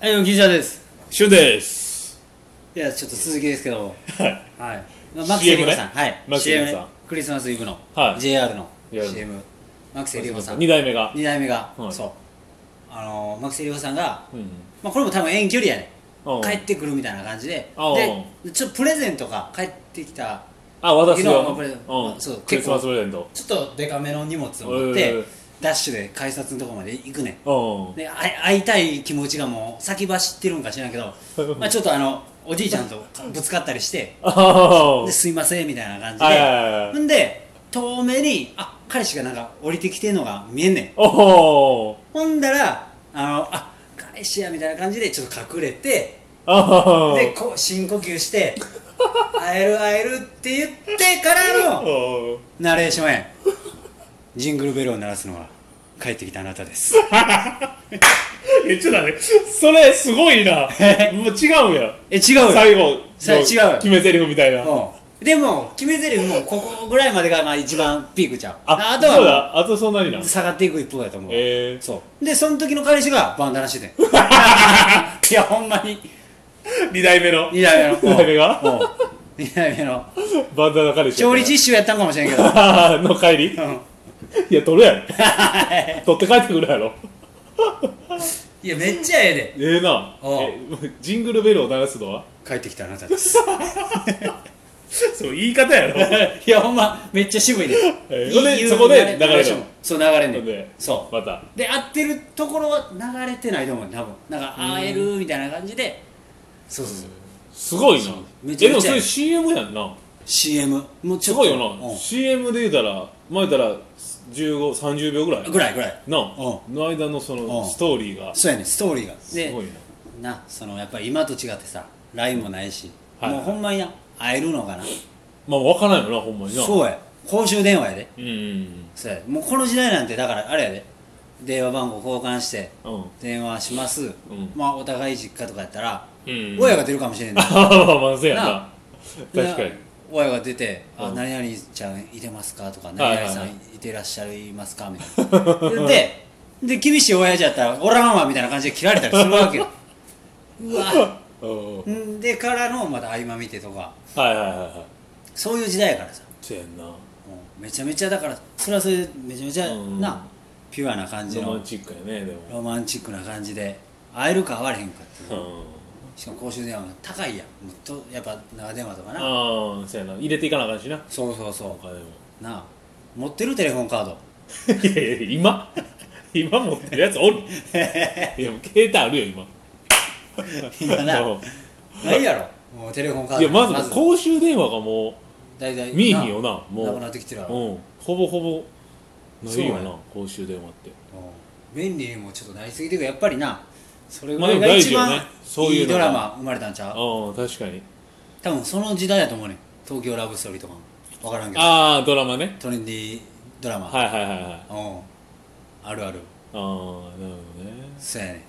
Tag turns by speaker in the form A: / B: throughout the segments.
A: はい、どうも、銀シャです。
B: シュです。
A: いや、ちょっと続きですけども。
B: はい。
A: はい。まあマクセリ
B: CM
A: コさん。
B: ね
A: はい。
B: マクセリコさん
A: CM ねクリスマスイブの
B: はい
A: JR の
B: JR の
A: CM。マクセリコさん。
B: 二代目が。
A: 二代目が
B: は、い
A: そう。あのー、マクセリコさんが、
B: うん。
A: まあ、これも多分遠距離やね。
B: うん
A: 帰ってくるみたいな感じで
B: あ。
A: で、ちょっとプレゼントが帰ってきた、
B: あ、渡す
A: 昨日
B: よ
A: のプレゼン。ト
B: うん。
A: そう
B: クリスマスプレゼント。
A: ちょっとデカめの荷物を持って
B: うん、
A: ダッシュで改札のとこまで行くねん。
B: う
A: であ会いたい気持ちがもう先走ってるんか知らんけどまあちょっとあのおじいちゃんとぶつかったりして
B: ん。あ
A: で「すいません」みたいな感じで、
B: はいはいはいはい
A: ほんで遠目にあ彼氏がなんか降りてきてんのが見えんねん
B: おお。
A: ほんだらあのあ彼氏やみたいな感じでちょっと隠れて
B: あ
A: でこう深呼吸して「会える会える」って言ってからの
B: お
A: ナレーションやんジングルベルを鳴らすのは帰ってきたあなたです
B: 言っちゃダメ。それ、すごいな。もう違うんや。
A: え違うよ
B: 最後。
A: それ違う
B: 決め台詞みたいな。
A: うんでも決め台詞もここぐらいまでがまあ一番ピークちゃうあと
B: そう
A: は
B: だ。あとそんなにな
A: もう。下がっていく一方やと思う、
B: え
A: そうでその時の彼氏がバンダナしてて いやほんまに
B: ー。二代目の。
A: 2代目の
B: 二代目が
A: うんうん二代目の
B: バンダナ彼氏や
A: 調
B: から。
A: 理実習やったんかもしれんけど
B: の帰り
A: うん
B: いや、取るやろ。取って帰ってくる やろ。
A: いやめっちゃええで
B: ええな。
A: おう
B: えジングルベルを鳴らすのは
A: 帰ってきたあなた です
B: そう言い方やろ
A: いやほんまめっちゃ渋いで、い
B: えー
A: い
B: ほんで
A: 言う
B: そこで流れる
A: ナレーションそう流れんね
B: ほん
A: ん
B: で
A: そう
B: また
A: で会ってるところは流れてないと思う多分なんか会えるみたいな感じでそうそうそう
B: すごいな
A: め
B: え
A: ちゃ
B: で
A: め
B: も
A: ち
B: そ
A: ゃ
B: れ CM やんな
A: CM もうち
B: す
A: ょっと
B: ごいよな CM で言うたら前言ったら1530秒ぐら
A: う
B: い
A: ん、ぐらいぐらい
B: なあ
A: う
B: の間のそ
A: うん
B: のストーリーがす
A: そうやねストーリーがです
B: ごいな
A: なそのやっぱり今と違ってさ LINE もないし、
B: はい
A: もうほんまにな会えるのかな
B: まあ分からんよなほんまにな
A: そううや公衆電話やで
B: うんうん
A: そうやもうこの時代なんてだからあれやで電話番号交換して
B: うん
A: 電話します、
B: ん
A: まあお互い実家とかやったら、
B: うん
A: 親が出るかもしれんね
B: まあまあせや
A: なあ
B: な確かに
A: で親が出て「あ
B: うん
A: 何々ちゃんいてますか?」とか「
B: はい
A: 何
B: はいはい
A: 々さんいてらっしゃいますか?」みたいなでで厳しい親父やったら「おらんわ」みたいな感じで切られたりするわけ ようわ
B: うんはい
A: んでからのまた合間見てとか
B: はいはいはい
A: そういう時代やからさ
B: せやんな
A: もうめちゃめちゃだからそれはそれでめちゃめちゃ
B: うん
A: なピュアな感じ
B: ロマ
A: の
B: ンチックやねでも
A: ロマンチックな感じで会えるか会われへんかっていう
B: うん
A: しかも公衆電話が高いやんもっとやっぱ長電話とかな
B: ああせやな入れていかなあかんしな
A: そうそうそ
B: お金も
A: うなあ持ってるテレフォンカード
B: いやいや今 今持ってるやつ おるいやもう携帯あるよ今
A: 今な
B: う
A: ないやろもうテレフォンカー
B: ん
A: ド
B: いやまず公衆電話がも
A: 大体
B: う見えへんよなもう
A: なくなってきてるや
B: うん
A: ろ
B: ほぼほぼないよ
A: そう
B: な
A: や
B: 公衆電話って
A: うん便利にもちょっとなりすぎてるやっぱりなそれぐ
B: まあ
A: ら
B: で
A: い
B: も
A: が
B: 大
A: 一
B: 事よね
A: 番
B: そう
A: い
B: い
A: いうド
B: のが
A: ラマ生まれたんちゃう
B: ああ確かに
A: 多分その時代やと思うねん東京ラブストーリーとかも分からんけど
B: ああドラマね
A: トレンディードラマ、
B: はいはいはいはいあ
A: うんあるある
B: あなるほどね
A: そうやね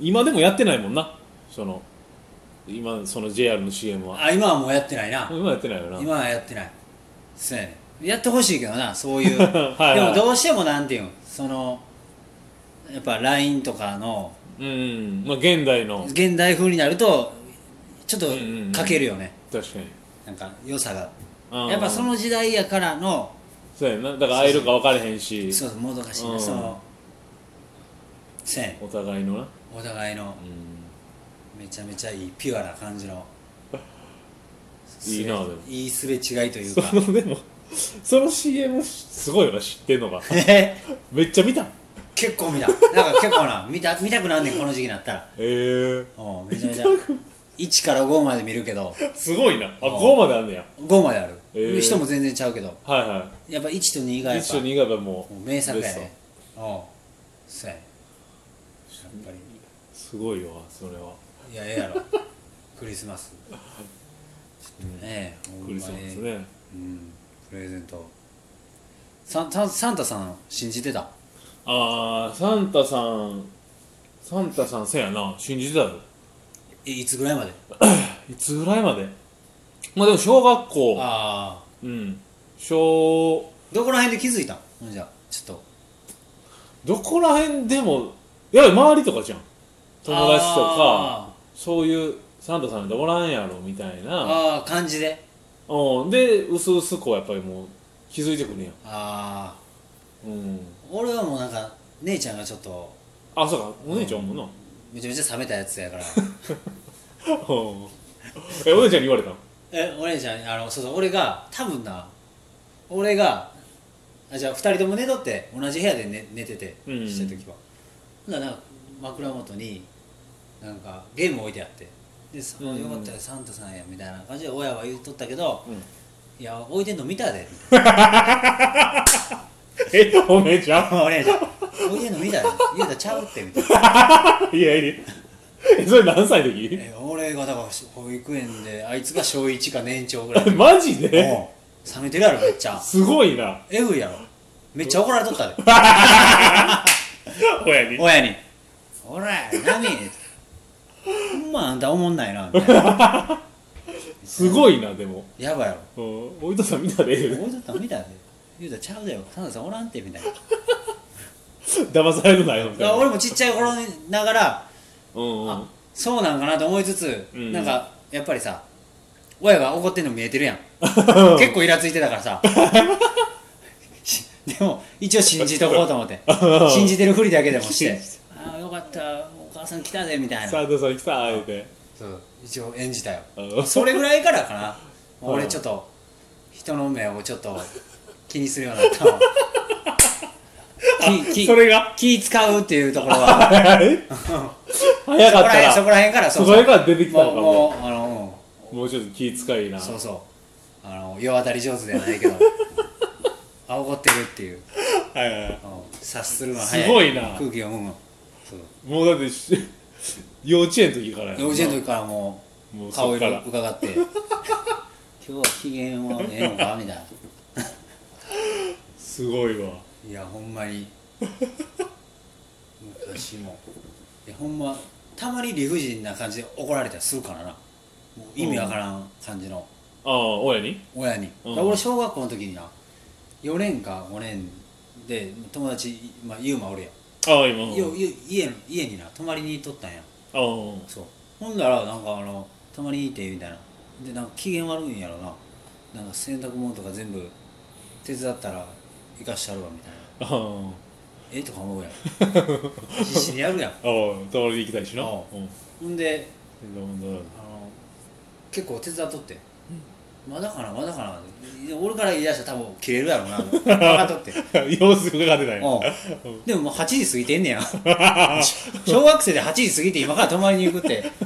B: 今でもやってないもんなその今その JR の CM は
A: あ今はもうやってないな
B: 今やってないよな
A: 今はやってないそうやねやってほしいけどなそういう
B: はいはい
A: でもどうしてもなんていうんそのやっぱ LINE とかの
B: うんまあ現代の
A: 現代風になるとちょっと
B: んうんうん
A: かけるよね、
B: 確かに
A: なんか良さが
B: あー
A: やっぱその時代やからの
B: そうやなだから会えるか分からへんし
A: そうそうもどかしい
B: うん
A: なそのそうやね
B: お互いのな
A: お互いの
B: う
A: めちゃめちゃいいピュアな感じの
B: いいなでも
A: いいすれ違いというんか
B: そのでもその CM すごいよな知ってんのが
A: え
B: めっちゃ見たへ
A: 結構見たなんか結構な見た見たくなんねんこの時期になったら
B: え
A: うんめちゃめちゃ1から5まで見るけど
B: すごいなあ
A: あ
B: 5まであんねや
A: 5まである、
B: えー
A: 人も全然ちゃうけど
B: はいは
A: やっぱ1と2が
B: い
A: やっ
B: 一
A: ぱ
B: 緒に行けばもう
A: もう名作や
B: ベ
A: ねうんそうやねやっぱり
B: ストすごいよそれはい
A: やええやろクリスマスねえほんま
B: ク
A: に
B: リスマスね
A: うんプレゼントサンサンサンタさん信じてた
B: ああサンタさんサンタさんせやな信じてたよ
A: えいつぐらいまで
B: いつぐらいまでまあでも小学校
A: ああ
B: うん小
A: どこら辺で気づいたんほんじゃちょっと
B: どこら辺でもいや周りとかじゃん友達とか
A: あ
B: そういうサンタさんなんておらんやろみたいな
A: ああ感じで
B: うんで薄々こうやっぱりもう気づいてくるんや
A: ああ
B: うん
A: 俺はもうなんか姉ちゃんがちょっと
B: あそうかお姉ちゃんもな、うん、
A: めちゃめちゃ冷めたやつやから
B: えお姉ちゃんに言われたの
A: えお姉ちゃんにあのそうそう俺が多分な俺があじゃあ2人とも寝とって同じ部屋で寝寝てて
B: うん
A: した時は、ほんならなんか枕元になんかゲーム置いてあってでさ
B: うん
A: よかったよサンタさんやみたいな感じで親は言っとったけど、
B: うん
A: いや置いてんの見たでみ
B: えお姉ちゃん
A: たいなお姉ちゃん置いてんの見たで言うたらちゃうってみたいない
B: やいや えそれ何歳の時
A: え俺がだから保育園であいつが小1か年長ぐらい も
B: マジ
A: う
B: で
A: 冷めてるやろめっちゃ
B: すごいな
A: えぐいやろめっちゃ怒られとったで
B: 親に
A: 親に「ほら何ほんまあんたおもんないな」みたいな
B: すごいなでも
A: やばいや
B: うんおいとさん見た
A: ろ
B: で
A: 置いとったの見たで言うたらちゃうだよサンタさんおらんてみたいな
B: 騙されるなよみたいな
A: 俺もちっちゃい頃ながら
B: うんうん
A: あそうなんかなと思いつつ、
B: うん
A: なんかやっぱりさ親が怒ってんの見えて るやん結構イラついてたからさしでも一応信じとこうと思って 信じてるふりだけでもし
B: 信
A: て
B: じ
A: ああよかったお母さん来たぜみたいな
B: サンタさん来たあえて
A: そう一応演じたよ
B: うん
A: それぐらいからかな俺ちょっと人の目をちょっと気にするようになっ たわ気気
B: それが
A: 気使うっていうところ は
B: 早かった
A: そ
B: ら
A: こら辺からそう
B: そこら辺から出てきたの
A: も
B: か
A: う
B: も
A: もうあの
B: もうちょっと気使いな
A: うんそうそうあの世渡り上手ではないけど あ怒ってるっていう、
B: はいはいは
A: う
B: い
A: ん、察するのは早い
B: すごいな
A: 空気を読むのそう
B: もうだってし幼稚園の時からやんな
A: 幼稚園の時からも
B: もう
A: う
B: そ
A: 顔
B: っか
A: 色
B: ら
A: 伺って 今日は機嫌はええのかみたいな
B: すごいわ
A: いやほんまに 昔もいやほんまたまに理不尽な感じで怒られたりするからなもう意味わからん感じの
B: ああ親に
A: 親に、
B: うん
A: だから俺小学校の時にな4年か5年で友達、まあ、ユーマおるやん、
B: ああ今
A: よゆ家家にな泊まりに行っとったんや
B: ああ
A: そうほんだらなんかあの泊まりに行ってみたいなでなんか機嫌悪いんやろななんか洗濯物とか全部手伝ったら生かしてやるわみたいな
B: ああ
A: えとか思う やん必死にやるやん
B: ああ泊まりに行きたいしな
A: ああ
B: うん
A: ほんで
B: うん
A: あの結構手伝っとって、まだかなまだかないや俺から言い出したら多分切れるやろうな分かっとって
B: 様子伺ってない
A: うんでももう8時過ぎてんね や小学生で8時過ぎて今から泊まりに行くって絶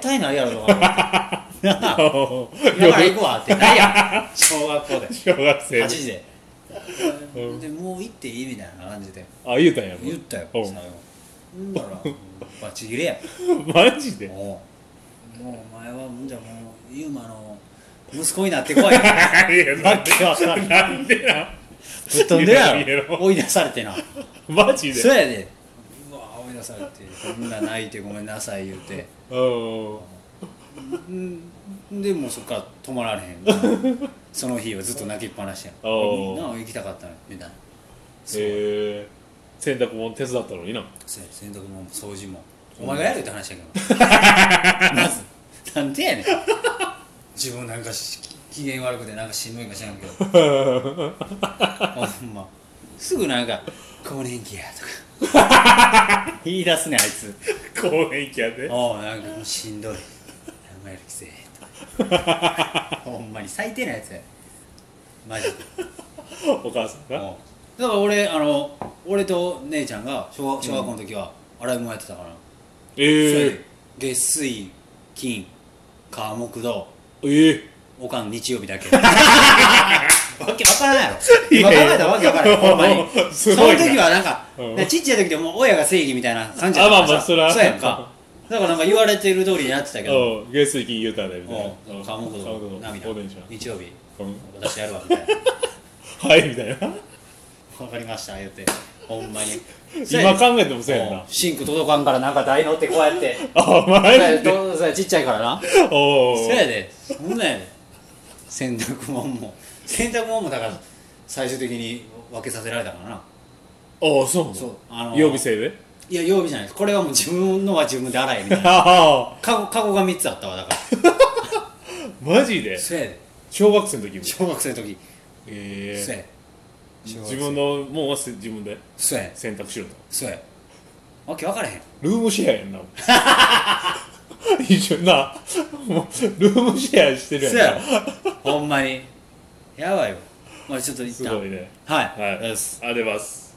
A: 対ないやろとか思 ってなあ今から行くわってないやん小学校で
B: 小学生
A: 8時で
B: うん
A: でもう行っていいみたいな感じで
B: あ言うたんや
A: 言ったよ
B: うん
A: 最後ほんだらバチ切れやん
B: マジで
A: もうもうお前はもうじゃあもうユーマの息子になってこ い
B: いやなんで
A: わからん
B: なんでな
A: ずっとんでや
B: いやいや
A: ろ 追い出されてな
B: マジ
A: そ
B: で
A: うやでうわ追い出されてこんな泣いてごめんなさい言うて
B: うん
A: んでもうそっから止まられへ んその日はずっと泣きっぱなしやん
B: おー
A: なあ行きたかったのみたいなそう
B: へえ洗濯物手伝ったのにな
A: そうや洗濯物も掃除もお前がやるって話やけどまずなんでやねん自分なんかし機嫌悪くてなんかしんどいか知らんけどほんますぐなんか「更年期や」とか言い出すねあいつ
B: 公園行きやで
A: おうなんかもうしんどい何もやる気せえとかほんまに最低なやつやマジで
B: お母さん
A: だ
B: が
A: から俺あの俺と姉ちゃんが小学小学校の時は洗い物やってたから、
B: ええ
A: 月水金火木土
B: ええ
A: おかん日曜日だけわけわからんやろ
B: い
A: 今考
B: やいや
A: えたらわけわからんほんまに
B: す
A: そ
B: ご
A: の
B: いな
A: 時はなんか
B: うん
A: なんかちっちゃい時でもう親が正義みたいな感じやったから
B: あまあまあそれは
A: うやんかだからなんか言われてる通りになってたけど
B: うん月水金言うたでみたい
A: うん火
B: な
A: 木
B: 科目
A: 土
B: の
A: 涙
B: おでんちゃん
A: 日曜日
B: うん
A: 私やるわみたいな
B: はいみたいな
A: わかりました言ってほんまに
B: 今考えてもそうやん
A: う
B: なん
A: シンク届かんからなんか台乗ってこうやって
B: あマ
A: そうや
B: ジで
A: どうそうやちっちゃいからな
B: おお
A: そうやでそんなんやで洗濯物も洗濯物もだから最終的に分けさせられたからな
B: ああそうなの
A: そうあの
B: 予備生で
A: いや曜日じゃないですこれはもう自分のは自分で洗えみたいな
B: ああ
A: カゴカゴが3つあったわだから
B: マジで
A: そうやで
B: 小学生の時も
A: 小学生の時
B: え
A: そう
B: え
A: や
B: 自分
A: の
B: のもう自分で
A: そうや
B: 洗濯しろと
A: そうやわけ分からへん
B: ルームシェ アやんな一緒になもうルームシェアしてる
A: そう
B: やん
A: や
B: な
A: ろほんまにやばいよまあちょっと一
B: す
A: 旦
B: ごいね
A: はい、
B: はいありがとうございます